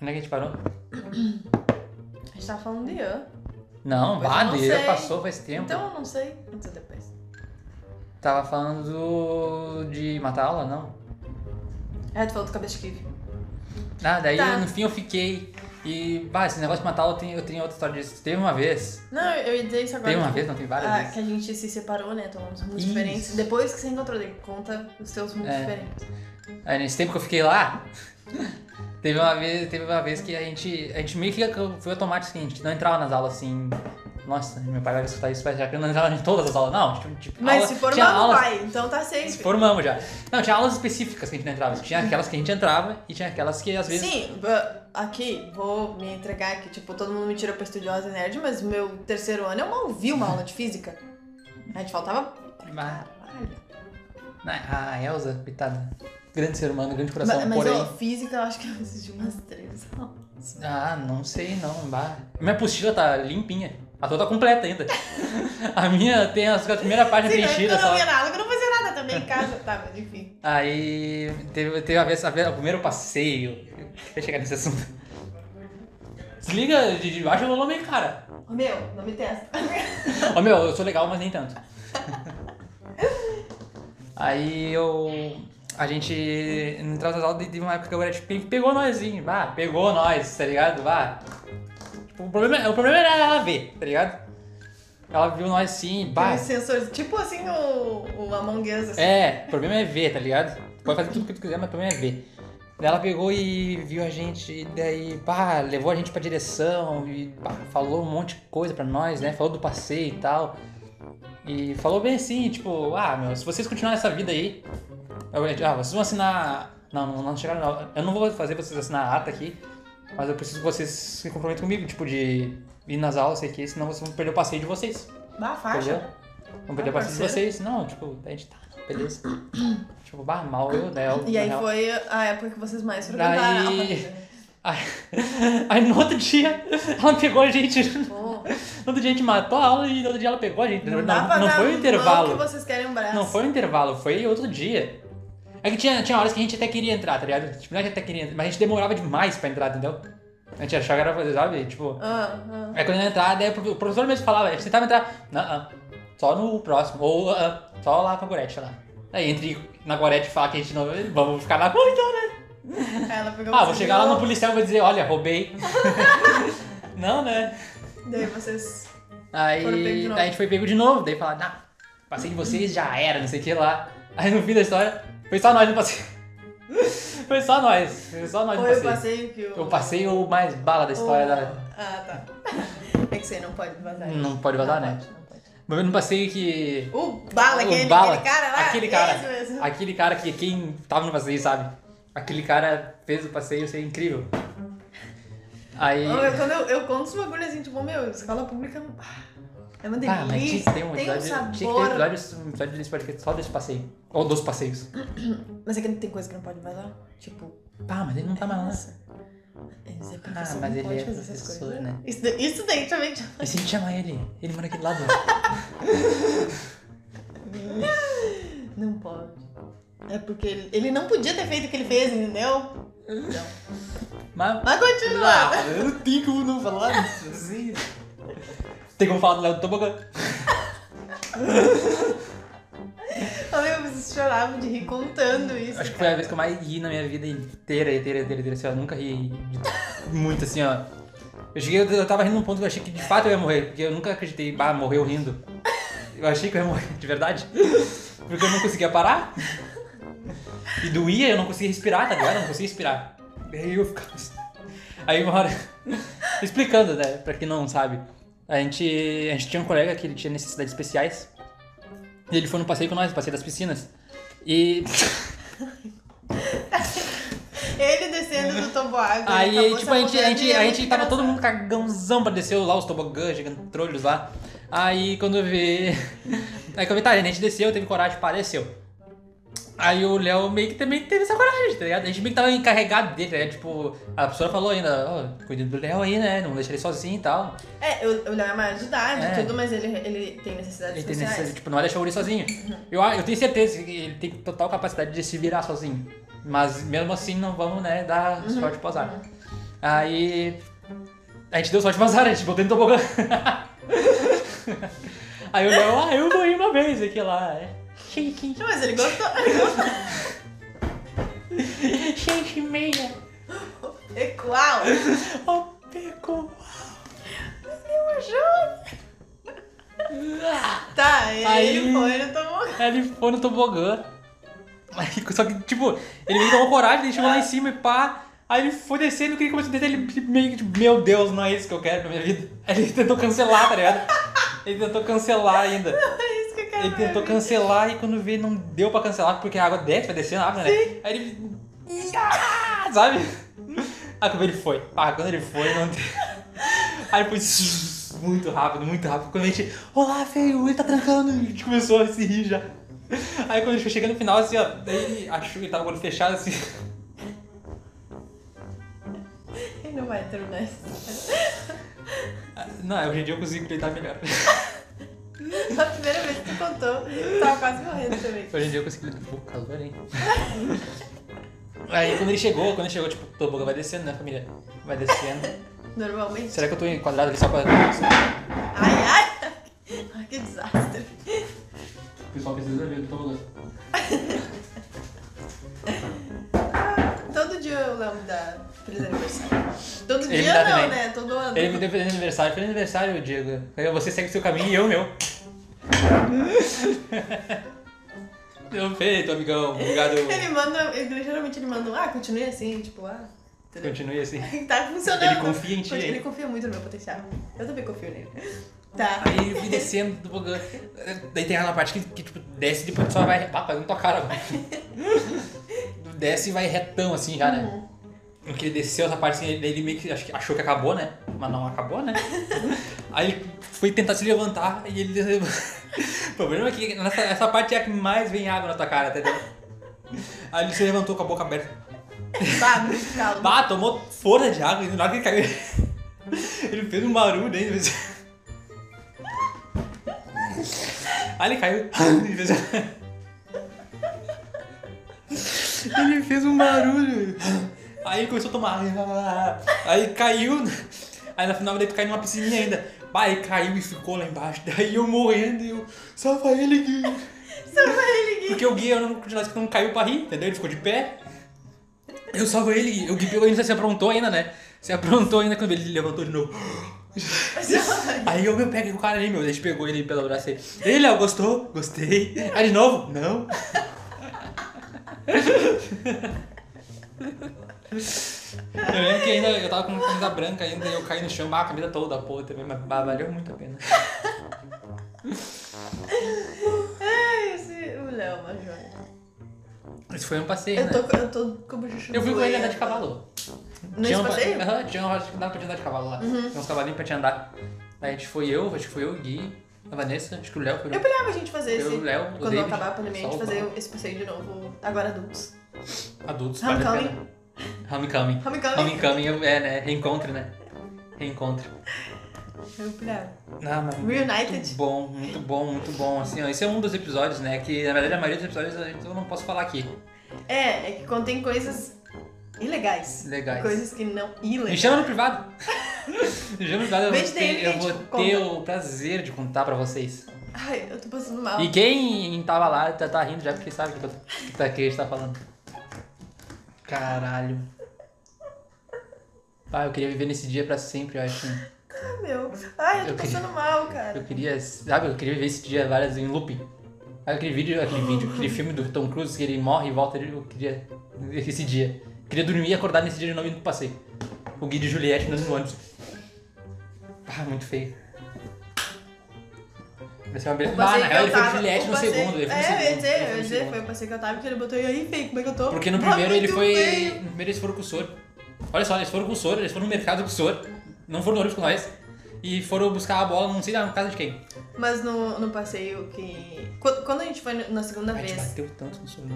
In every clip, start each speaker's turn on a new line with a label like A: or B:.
A: é gente parou?
B: A gente tava falando de Ian.
A: Não,
B: Pois eu não
A: badeira
B: sei.
A: passou faz tempo.
B: Então eu não sei. Antes ou depois.
A: Tava falando de matar aula, não?
B: É, tu falou do cabeça de kiwi.
A: Ah, daí
B: Tá.
A: no fim eu fiquei. E, bah, esse negócio de matar aula eu tenho, eu tenho outra história disso. Teve uma vez.
B: Não, eu ia dizer isso agora.
A: Teve uma
B: tipo,
A: vez, não tem várias
B: ah,
A: vezes.
B: que a gente se separou, né? Tomamos rumos
A: Isso.
B: diferentes. Depois que você encontrou ele, conta os seus rumos
A: É.
B: diferentes.
A: Aí, nesse tempo que eu fiquei lá, teve uma vez, teve uma vez que a gente, a gente meio que foi automático, assim, a gente não entrava nas aulas assim. Nossa, meu pai vai escutar isso, vai achar que eu não entrava em todas as aulas, não. Tipo, tipo,
B: Mas
A: aula-
B: se
A: tinha
B: formamos,
A: aulas,
B: vai. Então tá safe.
A: se formamos já. Não, tinha aulas específicas que a gente não entrava. Tinha aquelas que a gente entrava e tinha aquelas que às vezes.
B: Sim, ba- aqui, vou me entregar que, tipo, todo mundo me tirou pra estudiosa e nerd, mas meu terceiro ano eu mal vi uma aula de física. A gente faltava pra
A: Mas-
B: caralho.
A: Ah, a Elza, coitada. Grande ser humano, grande coração,
B: Mas, mas
A: porém.
B: ó, física eu acho que eu assisti umas três aulas.
A: Ah, não sei não. bah. Minha apostila tá limpinha. A tua tá completa ainda. a minha tem as- a primeira página
B: Sim, não é porque
A: preenchida
B: eu não
A: só.
B: via nada, que eu não fazia nada também em casa. Tá, mas enfim.
A: Aí teve, teve a vez, a vez, o primeiro passeio. Deixa eu chegar nesse assunto. Desliga de de baixo o volume, aí, cara.
B: Ô, Meu, não me testa.
A: Ó meu, eu sou legal, mas nem tanto. Aí eu. A gente entrava nas aulas de uma época que eu era tipo, pegou nós, assim, vá, pegou nós, tá ligado? Vá. Tipo, o, problema, o problema era ela ver, tá ligado? Ela viu nós sim, bah.
B: Os sensores, tipo assim o, o Among Us. Assim.
A: É, o problema é ver, tá ligado? Pode fazer tudo o que tu quiser, mas o problema é ver. Daí Ela pegou e viu a gente, e daí, pá, levou a gente pra direção e pá, falou um monte de coisa pra nós, né? Falou do passeio e tal. E falou bem assim, tipo, ah, meu, se vocês continuarem essa vida aí, eu- ah, vocês vão assinar. Não, não, não chegaram, não. Eu não vou fazer vocês assinar a ata aqui, mas eu preciso que vocês se comprometam comigo, tipo, de ir nas aulas, sei que, senão vocês vão perder o passeio de vocês.
B: Bah,
A: Entendeu?
B: faixa.
A: Vamos perder a
B: Ah,
A: partida de
B: parceiro.
A: vocês. Não, tipo, a gente tá, beleza. tipo, bah, mal eu, né? eu-
B: E aí
A: na real.
B: foi a época que vocês mais frequentaram.
A: Daí- Aí, aí no outro dia, ela pegou a gente. No
B: Pô,
A: outro dia a gente matou a aula e no outro dia ela pegou a gente. Não,
B: não, dá pra
A: não
B: dar
A: foi o
B: mão
A: intervalo.
B: que vocês querem um braço.
A: Não foi o intervalo, foi outro dia. É que tinha, tinha horas que a gente até queria entrar, tá ligado? Tipo, não é que até queria entrar, mas a gente demorava demais pra entrar, entendeu? A gente achava que era fazer, sabe? Tipo,
B: Ah, ah.
A: Aí quando eu entrar, daí o professor mesmo falava, a gente tentava entrar, não, não, só no próximo, ou ah, ah, só lá com a Gorete lá. Aí entre na Gorete e falar que a gente não. Vamos ficar lá. Bom, então, né?
B: Aí ela pegou um
A: Ah, vou
B: vocês
A: chegar lá
B: de
A: no
B: novo,
A: policial e vou dizer, olha, roubei. não, né?
B: Daí vocês. Foram pego de
A: Aí,
B: novo.
A: daí a gente foi pego de novo, daí falar, não, passei de vocês, já era, não sei o que lá. Aí no fim da história, foi só nós no passeio. foi só nós, foi só nós no
B: Foi
A: passeio.
B: o passeio que o.
A: Eu passei o mais bala da história
B: o-
A: da.
B: Ah, tá. É que você não pode vazar. isso.
A: Não pode vazar, né?
B: pode, não pode.
A: Mas no passeio que.
B: O Bala,
A: O
B: aquele,
A: Bala,
B: aquele cara lá. É
A: aquele cara.
B: Isso mesmo.
A: Aquele cara que quem tava no passeio sabe. Aquele cara fez o passeio ser incrível. Aí.
B: Ô, meu, quando eu, eu conto os bagulhos assim, tipo, meu, escola pública ah, é uma delícia.
A: Ah, mas tinha que ter um episódio. tinha que ter
B: sabor.
A: episódio, um episódio desse podcast só desse passeio. Ou dos passeios.
B: Mas é que não tem coisa que não pode vazar. Tipo,
A: Pá, mas ele não tá mais lá.
B: nossa. Esse é
A: Ah,
B: professor,
A: mas
B: não
A: ele
B: pode
A: é
B: fazer essas
A: professor,
B: coisas.
A: né?
B: Isso, daí- isso daí também. já-
A: E se a gente chamar ele? Ele mora aqui do lado.
B: Não pode. É porque ele, ele não podia ter feito o que ele fez, entendeu?
A: mas.
B: Mas continua.
A: Ah, eu não tenho como não falar isso assim. Tem como falar do Léo do Tobogã.
B: Eu lembro que vocês choravam de rir contando isso.
A: Acho que foi a vez que eu mais ri na minha vida inteira, inteira, inteira, inteira. Assim, eu nunca ri de- muito assim, ó. Eu cheguei, eu- eu tava rindo num ponto que eu achei que de fato eu ia morrer, porque eu nunca acreditei, bah, morreu rindo. Eu achei que eu ia morrer, de verdade. Porque eu não conseguia parar. E doía, eu não conseguia respirar, tá ligado? Eu não conseguia respirar. Daí eu ficava assim. Aí uma hora. Explicando, né? Pra quem não sabe. A gente, a gente tinha um colega que ele tinha necessidades especiais. E ele foi no passeio com nós, passeio das piscinas. E.
B: Ele descendo do toboágua. ele
A: Aí,
B: acabou
A: tipo, a gente, a gente,
B: se
A: a gente tava
B: afogando, é
A: todo mundo cagãozão pra descer lá, os tobogãs, gigantrolhos lá. Aí quando vê. Aí quando vê, tá, a gente desceu, teve coragem, pareceu. Aí o Léo meio que também teve essa coragem, tá ligado? A gente meio que tava encarregado dele, tá ligado? Tipo, a pessoa falou ainda, ó, cuidando do Léo aí, né? Não deixa ele sozinho e tal.
B: É, eu- o Léo é maior de idade
A: É.
B: e tudo, mas ele, ele tem necessidades
A: Ele tem
B: sociais.
A: necessidade, tipo, não vai deixar o Uri sozinho. Eu, a- eu tenho certeza que ele tem total capacidade de se virar sozinho. Mas mesmo assim não vamos, né, dar sorte pro azar. Aí. A gente deu sorte de azar, a gente botou no tobogã. Aí o Léo, ah, eu ganhei uma vez aqui lá. é. Shake,
B: Não, mas ele gostou. Ele gostou.
A: shake meia.
B: É qual?
A: Oh, pegou.
B: Eu juro. Tá, ele
A: Aí-
B: foi, ele tomou.
A: Aí ele foi no tobogã. Aí, só que, tipo, ele meio que tomou coragem, ele chegou lá em cima e pá. Aí ele foi descendo, que ele começou a descer, ele meio que, tipo, meu Deus, não é isso que eu quero pra minha vida. Aí ele tentou cancelar, tá ligado? Ele tentou cancelar ainda.
B: É isso que eu quero
A: Ele
B: ver.
A: tentou cancelar e quando vê, não deu pra cancelar, porque a água desce, vai descendo a água, né? Aí ele. Ah, sabe? Aí quando ele foi. Ah, quando ele foi, não tem. Aí foi muito rápido, muito rápido. Quando a gente. Olá, feio, ele tá trancando. E a gente começou a se rir já. Aí quando a gente foi chegando no final, assim, ó, daí ele achou que ele tava com o olho fechado assim.
B: Ele não vai terminar isso.
A: Não, é, hoje em dia eu consigo gritar melhor.
B: A primeira vez que tu contou, tu tava quase morrendo também.
A: Hoje em dia eu consigo gritar. Pô, calor, hein? Aí quando ele chegou, quando ele chegou, tipo, o tobogã vai descendo, né, família? Vai descendo.
B: Normalmente.
A: Será que eu tô enquadrado ali só pra.
B: Ai, ai! Ai, que desastre.
A: O pessoal precisa ver, tô falando.
B: Todo dia eu lembro da feliz aniversário. Todo
A: Ele me
B: dia
A: dá
B: não,
A: também.
B: né? Todo ano.
A: Ele me deu feliz aniversário, feliz aniversário, Diego. Aí Você segue o seu caminho e eu o meu. Deu um feito, amigão. Obrigado.
B: Ele manda, ele, geralmente ele manda um, ah, continue assim, tipo, ah. entendeu?
A: Continue assim.
B: Tá funcionando.
A: Ele confia em ti,
B: Ele
A: hein?
B: confia muito no meu potencial. Eu também confio nele. Tá.
A: Aí eu vim descendo do tobogã. Daí tem aquela parte que, que, tipo, desce e depois tu só vai pá, fazendo tua cara. Tu Desce e vai retão assim já, né? Porque ele desceu essa parte assim, ele- daí ele meio que acho que achou que acabou, né? Mas não acabou, né? Aí ele foi tentar se levantar e ele. O problema é que nessa, essa parte é a que mais vem água na tua cara, entendeu? Aí ele se levantou com a boca aberta.
B: Tá, muito calmo.
A: Bah, tomou força de água e na hora que ele caiu. ele- Ele fez um barulho aí. Fez... Aí ele caiu. ele fez- ele fez um barulho. Aí ele começou a tomar. Aí caiu. Aí na final ele caiu numa piscininha ainda. Bah, ele caiu e ficou lá embaixo. Daí eu morrendo e eu. Salva ele, Gui.
B: Salva ele, Gui.
A: Porque o Gui era o único de nós que não caiu pra rir, entendeu? Ele ficou de pé. Eu salvo ele, o Gui pegou ele, se aprontou ainda, né? Se aprontou ainda quando ele levantou de novo.
B: Salva ele.
A: Aí eu meu, pego o cara ali, meu, a gente pegou ele pelo braço aí. Ei, Léo, gostou? Gostei. Aí de novo? Não. Eu lembro que ainda eu tava com uma camisa branca ainda e eu caí no chão, ah, a camisa toda, pô, também, mas bah, valeu muito a pena.
B: Ai, esse. O Léo, é uma joia.
A: Esse foi um passeio,
B: Eu
A: né?
B: tô, eu tô com o bochecho
A: Eu fui com ele
B: doendo.
A: andar de cavalo.
B: Nesse
A: uma-
B: passeio?
A: Aham, tinha uma roda que dava pra te andar de cavalo lá.
B: Uhum.
A: Tinha uns cavalinhos pra te andar. Aí a gente foi eu, acho que foi eu, o Gui, a Vanessa, acho que o Léo foi
B: Eu
A: junto.
B: pilhava a gente fazer
A: Eu,
B: esse.
A: o Léo, o
B: quando
A: David,
B: acabar a pandemia, a gente
A: só o
B: fazer esse passeio de novo. Agora adultos.
A: adultos. vale a
B: Homecoming.
A: pena. Homecoming.
B: Homecoming.
A: Homecoming é, né? Reencontro, né? Reencontro.
B: Eu pilhava.
A: Ah, mas Muito
B: Reunited.
A: bom, muito bom, muito bom. Assim, ó, esse é um dos episódios, né? Que na verdade a maioria dos episódios a gente- eu não posso falar aqui.
B: É, é que contém coisas ilegais.
A: Legais.
B: Coisas que não
A: Me
B: ilegais.
A: chama no privado. Me chama no privado, eu
B: Vem de
A: vou ter,
B: DM,
A: eu vou
B: tipo,
A: ter
B: conta.
A: o prazer de contar pra vocês.
B: Ai, eu tô passando mal.
A: E quem tava lá tá, tá rindo já porque sabe o que, eu- que, tá, que a gente tá falando. Caralho. Ah, eu queria viver nesse dia pra sempre, eu acho.
B: Ai, meu. Ai, eu tô
A: Eu queria-
B: passando mal, cara.
A: Eu queria, sabe, eu queria viver esse dia várias em looping. Sabe aquele vídeo, aquele vídeo, aquele filme do Tom Cruise que ele morre e volta, eu queria esse dia. Eu queria dormir e acordar nesse dia de novo indo pro passeio. O Gui de Juliette andando no ônibus. Ah, muito feio. Vai ser uma beleza.
B: O
A: Ah,
B: passeio
A: na
B: que
A: real
B: eu
A: ele foi
B: tava-
A: de Juliette
B: o
A: no
B: passeio-
A: segundo. Ele foi no segundo.
B: É, eu ia dizer,
A: ele
B: eu
A: foi
B: ia
A: no
B: dizer,
A: segundo.
B: foi o passeio que eu tava, porque ele botou, e aí, feio, como é que eu tô?
A: Porque no
B: Ah,
A: primeiro ele foi.
B: muito feio.
A: No primeiro eles foram com o soro. Olha só, eles foram com o soro, eles foram no mercado com o soro. Não foram no ônibus com nós. E foram buscar a bola, não sei lá, na casa de quem.
B: Mas no, no passeio que. Quando, quando a gente foi na segunda
A: A gente
B: vez.
A: bateu tanto no soro.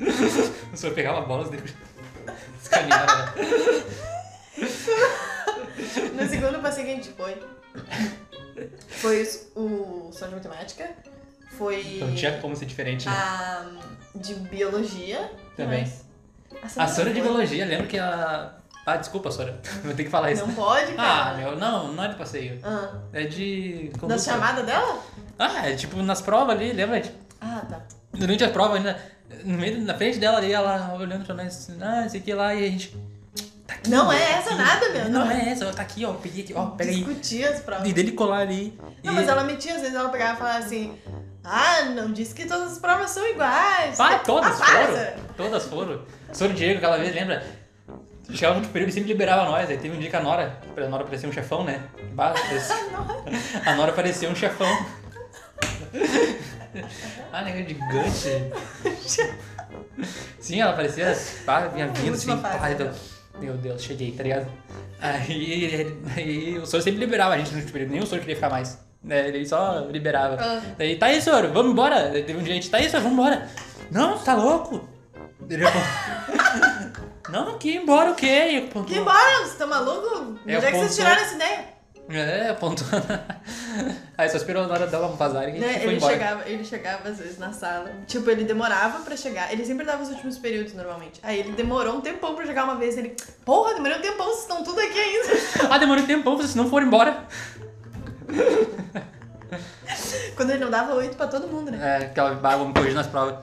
A: o soro pegava a bola e depois. Escaneava. né?
B: No segundo passeio que a gente foi. Foi os- o som de matemática. Foi.
A: Então, Não tinha como ser diferente, né?
B: A de biologia.
A: Também.
B: mas-
A: A Sora é de
B: Ah, foi.
A: biologia, lembro que ela. Ah, desculpa, Sora. Vou ter que falar isso.
B: Não pode,
A: Ah,
B: cara.
A: meu, é? não, não é de passeio.
B: Ah,
A: É de.
B: da
A: conduta.
B: chamada dela?
A: Ah, é tipo nas provas ali, lembra? Tipo,
B: Ah, tá.
A: Durante a prova, ainda, no meio, na frente dela ali, ela olhando pra nós, assim, ah, isso aqui lá, e a gente. Tá aqui,
B: Não é
A: tá
B: essa
A: aqui.
B: nada, meu,
A: Não,
B: não.
A: é essa, ó, tá aqui, ó, peguei aqui, ó, pega aí.
B: Discutia as provas.
A: E dele colar ali.
B: Não,
A: e-
B: mas ela mentia, às vezes ela pegava e falava assim: Ah, não disse que todas as provas são iguais.
A: Ah, todas
B: Ah, para, Sara.
A: foram. Todas foram. Soro Diego, aquela vez, lembra? Chegava no período e sempre liberava nós. Aí teve um dia que a Nora, a Nora parecia um chefão, né? Bah, parecia- A Nora parecia um chefão. ah, negócio de gancho. Sim, ela parecia, pá, vinha vindo assim,
B: Última
A: pá,
B: fase,
A: então,
B: né?
A: meu Deus, cheguei, tá ligado? Aí, aí o Soro sempre liberava a gente no período, nem o Soro queria ficar mais. Né? Ele só liberava.
B: Ah.
A: Daí, tá aí, Soro, vamos embora. Daí Teve um dia, a gente, tá aí, Soro, vamos embora. Não, tá louco? Ele falou, Não, que ir embora o quê? E apontou-
B: Que embora, você tá maluco?
A: É,
B: Onde é que
A: apontou.
B: vocês tiraram essa ideia?
A: É, apontou. Aí só esperou a hora dela vazar e a gente
B: Né,
A: foi
B: Ele
A: embora.
B: chegava, ele chegava às vezes na sala. Tipo, ele demorava pra chegar. Ele sempre dava os últimos períodos normalmente. Aí ele demorou um tempão pra chegar uma vez. Ele, porra, demorei um tempão, vocês estão tudo aqui ainda.
A: Ah, demorou um tempão, vocês não foram embora.
B: Quando ele não dava oito pra todo mundo, né?
A: É, aquela baga me corrigindo nas provas.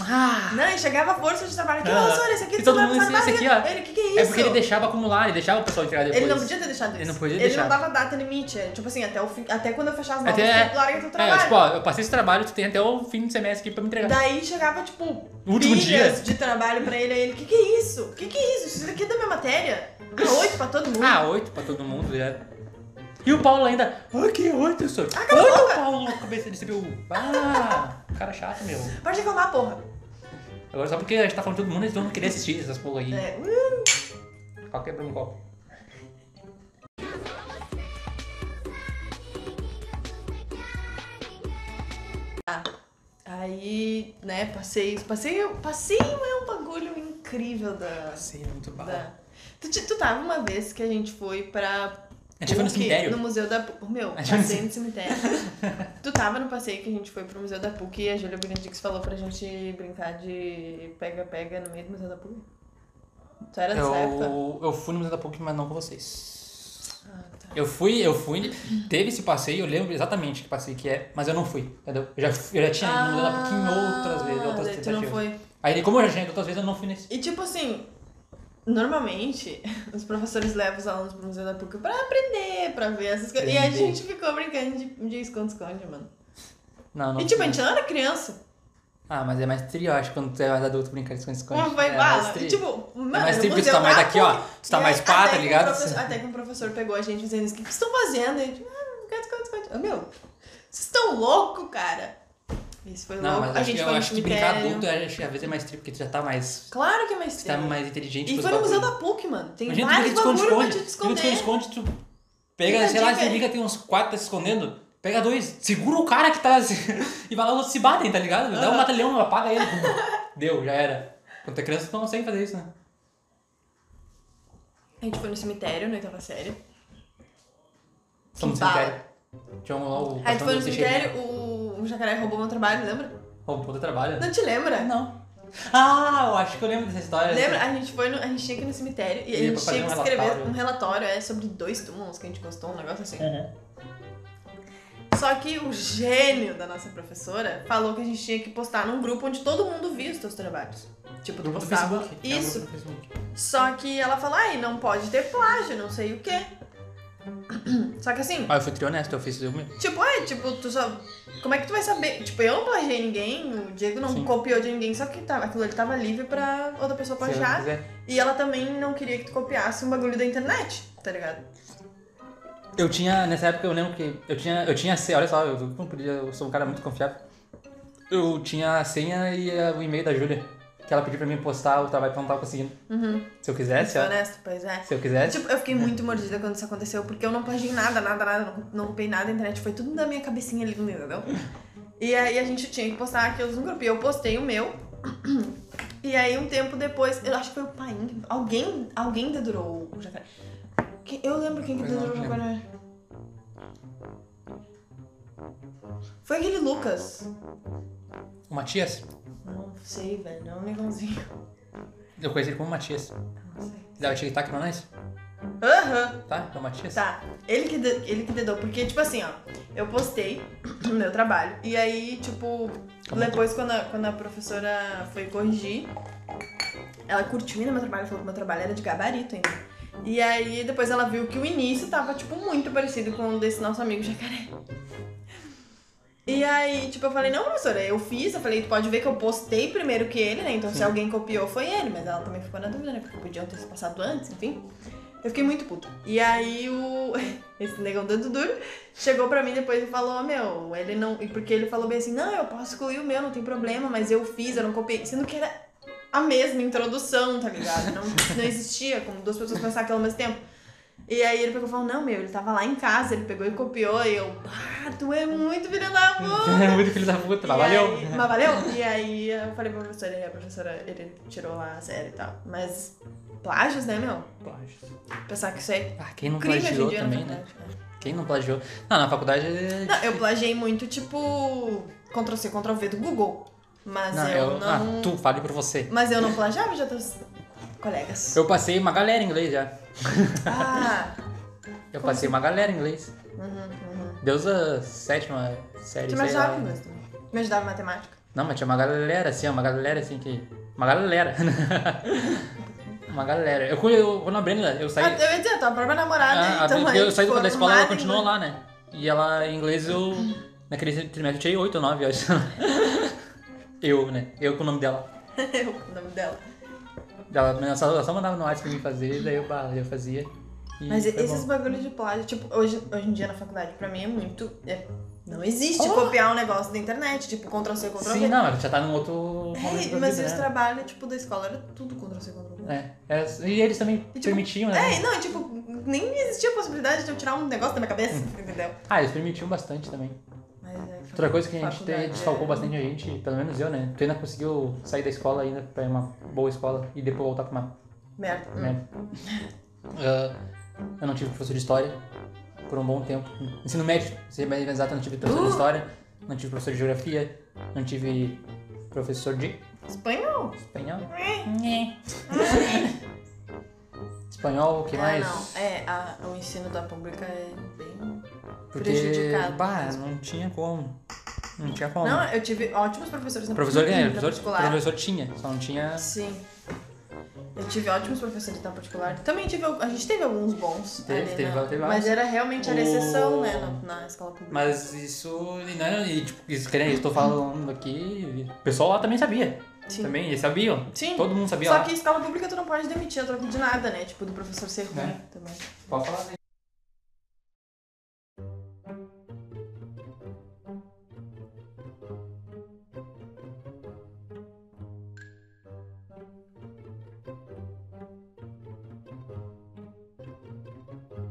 A: Ah!
B: Não, e chegava a força de trabalho. Que
A: Ah.
B: ah, olha, esse aqui
A: E
B: do
A: todo
B: trabalho,
A: mundo
B: trabalho,
A: dizia,
B: trabalho.
A: "Esse aqui, ó."
B: Ele, que que é isso?
A: É porque ele deixava acumular, ele deixava o pessoal entregar depois.
B: Ele não podia ter deixado isso.
A: Ele não podia
B: Ele
A: deixar.
B: não dava data limite. é, Tipo assim, até, o fim, até quando eu fechar as notas,
A: Até-
B: tu larga teu
A: É,
B: trabalho.
A: tipo, ó, eu passei esse trabalho, tu tem até o fim do semestre aqui pra me entregar.
B: Daí chegava, tipo,
A: Último
B: pilhas
A: dia.
B: de trabalho pra ele. Aí ele, que que é isso? Que que é isso? Isso daqui é da minha matéria? Ah, oito pra todo mundo.
A: Ah, oito pra todo mundo, já. E o Paulo ainda. Ai, que oito, senhor.
B: Ah, cala a
A: Oito,
B: boca.
A: Paulo, cabeça de CPU. Ah, cara chato, meu.
B: Pode reclamar, porra.
A: Agora só porque a gente tá falando de todo mundo, eles vão querer assistir essas porra aí.
B: É, uh,
A: Qual quebra um copo?
B: aí, né, passeio. Passeio, passeio é um bagulho incrível da...
A: Passei é muito bala.
B: da... Tu, te- tu tava uma vez que a gente foi pra...
A: A gente foi no
B: PUC,
A: cemitério.
B: No museu da... Pu- Meu,
A: A gente foi no
B: passeio no cemitério. tu tava no passeio que a gente foi pro museu da PUC e a Júlia Benedix falou pra gente brincar de pega-pega no meio do museu da PUC. Tu era dessa época?
A: Eu, eu fui no Museu da PUC, mas não com vocês.
B: Ah, tá.
A: Eu fui, eu fui, teve esse passeio, eu lembro exatamente que passeio que é, mas eu não fui, entendeu? Eu já, fui- eu já tinha ido no Museu da PUC em outras vezes, outras
B: daí Ah, tu não
A: tentativas.
B: foi.
A: Aí, como eu já tinha ido outras vezes, eu não fui nesse.
B: E tipo assim, normalmente os professores levam os alunos pro Museu da PUC pra aprender, pra ver essas coisas. E a
A: Entendi.
B: gente ficou brincando de, de esconde-esconde, mano.
A: Não, não
B: E tipo,
A: fui.
B: a gente não era criança.
A: Ah, mas é mais tri, eu acho, quando tu é mais adulto brincar de esconde-esconde.
B: Uma vai
A: é mais
B: bala.
A: tri.
B: E tipo, mano,
A: é mais tri
B: o
A: porque tu
B: museu
A: tá mais
B: da
A: daqui, ó.
B: PUC.
A: Tu tá
B: E
A: mais
B: aí,
A: pá,
B: até
A: tá
B: que o
A: ligado?
B: professor- Até que um professor pegou a gente dizendo isso, o que vocês estão fazendo? E a gente, ah, esconde, esconde, esconde. Eu, Meu, vocês estão loucos, cara. Isso foi
A: Não,
B: louco.
A: mas
B: a
A: acho
B: gente
A: que, eu
B: foi no
A: acho que brincar
B: cemitério.
A: adulto, eu acho que às vezes é mais tri, porque tu já tá mais,
B: Claro que é mais
A: tu tá
B: cedo.
A: mais inteligente.
B: E
A: pros
B: foi no Museu
A: bagulhos.
B: da PUC, mano. Tem
A: Imagina tu
B: vários
A: brinca de
B: bagulho pra
A: esconde-esconde.
B: te
A: Brinca de
B: esconder.
A: esconde-esconde, tu pega,
B: Fica
A: sei lá,
B: dica
A: se
B: aí.
A: liga, tem uns quatro tá se escondendo, pega dois, segura o cara que tá assim, e vai lá, os outros se batem, tá ligado? Dá um
B: Aham.
A: batalhão, apaga ele. Deu, já era. Quando tu é criança, tu não consegue fazer isso, né?
B: A gente foi no cemitério né, na oitava série.
A: Estamos tá no
B: bala.
A: cemitério. Tinha um lá, o
B: Aí tu
A: patrão
B: foi
A: do
B: no
A: Teixeira.
B: cemitério, o, o jacaré roubou meu trabalho, lembra?
A: Ô, um puta trabalho.
B: Não te lembra?
A: Não. Ah, eu acho que eu lembro dessa história.
B: Lembra? A gente foi no, a gente tinha que ir no cemitério e
A: Ia
B: a gente
A: pra fazer
B: tinha que
A: um
B: escrever
A: relatório.
B: um relatório é, sobre dois túmulos que a gente gostou, um negócio assim.
A: Uhum.
B: Só que o gênio da nossa professora falou que a gente tinha que postar num grupo onde todo mundo via os teus trabalhos. Tipo, tu
A: Grupo do
B: postava.
A: Facebook. É um
B: Isso.
A: grupo do Facebook.
B: Só que ela falou, ai, não pode ter plágio, não sei o quê. Só que assim,
A: Ah, eu fui honesto, eu fiz isso mesmo.
B: Tipo, é, tipo, tu só. Como é que tu vai saber? Tipo, eu não plagiei ninguém, o Diego não
A: Sim.
B: copiou de ninguém, só que tava, aquilo ali tava livre pra outra pessoa
A: Se ela
B: plagiar.
A: quiser.
B: E ela também não queria que tu copiasse um bagulho da internet, tá ligado?
A: Eu tinha, nessa época eu lembro que eu tinha, eu tinha senha, olha só, eu não podia, eu sou um cara muito confiável. Eu tinha a senha e a- o e-mail da Júlia, que ela pediu pra mim postar o trabalho que eu não tava conseguindo.
B: Uhum.
A: Se eu
B: É,
A: quisesse, ó,
B: honesto, pois é.
A: se eu quisesse.
B: Tipo, eu fiquei muito mordida quando isso aconteceu, porque eu não plagiei nada, nada, nada, não, não copiei nada da internet, foi tudo na minha cabecinha ali, entendeu? E aí a gente tinha que postar aquilo no grupo, e eu postei o meu. E aí um tempo depois, eu acho que foi o Paim, alguém, alguém dedurou o jacaré. Que- Eu lembro quem que
A: Eu não
B: dedurou o
A: lembro.
B: jacaré. Foi aquele Lucas.
A: O Matias?
B: Não sei, velho, não é um negãozinho.
A: Eu conheci ele como Matias.
B: Não sei.
A: Dava tic-tac pra nós?
B: Aham.
A: Tá? É o Matias?
B: Tá, ele que, de- ele que dedou, porque, tipo assim, ó, eu postei no meu trabalho, e aí, tipo,
A: Calma.
B: depois quando a, quando a professora foi corrigir, ela curtiu ainda meu trabalho, falou que meu trabalho era de gabarito ainda. E aí, depois ela viu que o início tava, tipo, muito parecido com o desse nosso amigo jacaré. E aí, tipo, eu falei, não, professora, eu fiz, eu falei, tu pode ver que eu postei primeiro que ele, né? Então se
A: Sim.
B: alguém copiou foi ele, mas ela também ficou na dúvida, né? Porque podiam ter se passado antes, enfim. Eu fiquei muito puta. E aí o. Esse negão dando duro chegou pra mim depois e falou, meu, ele não. e Porque ele falou bem assim, não, eu posso excluir o meu, não tem problema, mas eu fiz, eu não copiei. Sendo que era a mesma introdução, tá ligado? Não, não existia, como duas pessoas pensavam aquilo ao mesmo tempo. E aí ele pegou e falou, não, meu, ele tava lá em casa, ele pegou e copiou, e eu, ah, tu é muito filha da puta!
A: É muito filho da puta, mas
B: E
A: valeu.
B: aí- mas valeu? E aí eu falei pra professora, e a professora, ele tirou lá a série e tal. Mas plágios, né, meu? Pensar que isso é
A: Ah, quem não
B: crime hoje em
A: plagiou
B: dia
A: também,
B: na
A: né?
B: faculdade. né?
A: Quem não plagiou? Não, na faculdade é
B: Não, eu plagiei muito, tipo, Ctrl-C, Ctrl-V do Google. Mas
A: Não,
B: eu,
A: eu-
B: não...
A: Ah, tu, fale por você.
B: Mas eu não plagiava de outros colegas.
A: Eu passei uma galera em inglês já.
B: Ah, uhum,
A: Eu
B: assim?
A: passei uma galera em inglês. Deus a sétima série,
B: tu me
A: sei lá.
B: ajudava com inglês também. Me ajudava em matemática.
A: Não, mas tinha uma galera assim, ó, uma galera assim que... Uma galera. uma galera. Eu, eu, quando a Brenda, eu saí...
B: Ah, eu ia dizer, eu tava pra minha namorada,
A: Ah, a
B: então...
A: Brenda-
B: aí
A: eu saí da
B: formada
A: escola, ela
B: em
A: continuou lá, né? E ela, em inglês, eu... Naquele trimestre eu tirei 8 ou 9, eu acho. eu, né? Eu com o nome dela.
B: inglês. Eu, o nome dela.
A: Ela, ela só, ela só mandava no WhatsApp pra mim fazer, daí eu, bah, eu fazia. E
B: Mas
A: foi
B: esses
A: bom.
B: bagulhos de plágio, tipo, hoje, hoje em dia na faculdade, pra mim é muito. é, não existe copiar um negócio da internet, tipo, Ctrl-C,
A: Oh! Sim,
B: Ctrl-V.
A: não, ela já tá num outro momento
B: É,
A: da
B: mas
A: vida,
B: os
A: né?
B: trabalhos, tipo, da escola era tudo Ctrl-C, Ctrl-V.
A: É, é, e eles também
B: tipo,
A: permitiam, né?
B: É, não, tipo, nem existia a possibilidade de eu tirar um negócio da minha cabeça, entendeu?
A: Ah, eles permitiam bastante também.
B: Mas, é,
A: Outra coisa que a gente
B: faculdade
A: tem, desfalcou
B: é-
A: bastante a gente, pelo menos eu, né? Tu ainda conseguiu sair da escola ainda pra uma boa escola e depois voltar pra uma
B: Merda. Hum.
A: merda. Ah, eu não tive professor de história por um bom tempo. Ensino médio, se bem exato, eu não tive professor de
B: Uh!
A: história, não tive professor de geografia, não tive professor de
B: Espanhol?
A: espanhol.
B: É.
A: Espanhol, o que
B: Ah,
A: mais?
B: não. É, a- o ensino da pública é bem.
A: Porque,
B: prejudicado
A: bah,
B: mesmo.
A: não tinha como. Não tinha como.
B: Não, é eu tive ótimos professores na
A: Professor, é,
B: na
A: professor,
B: particular.
A: professor tinha, só não tinha.
B: Sim. Eu tive ótimos professores na particular. Também tive, al- a gente teve alguns bons.
A: Teve,
B: ali,
A: teve,
B: na-
A: teve vários.
B: Mas era realmente era
A: O-
B: exceção, né, na, na escola pública.
A: Mas isso. e Não, e, tipo, isso que eu tô falando aqui. O pessoal lá também sabia.
B: Sim.
A: Também, eles sabiam.
B: Sim.
A: Todo mundo sabia
B: Só
A: lá.
B: que escola pública tu não pode demitir a troco de nada, né? Tipo, do professor ser ruim
A: É.
B: também.
A: Pode falar, né?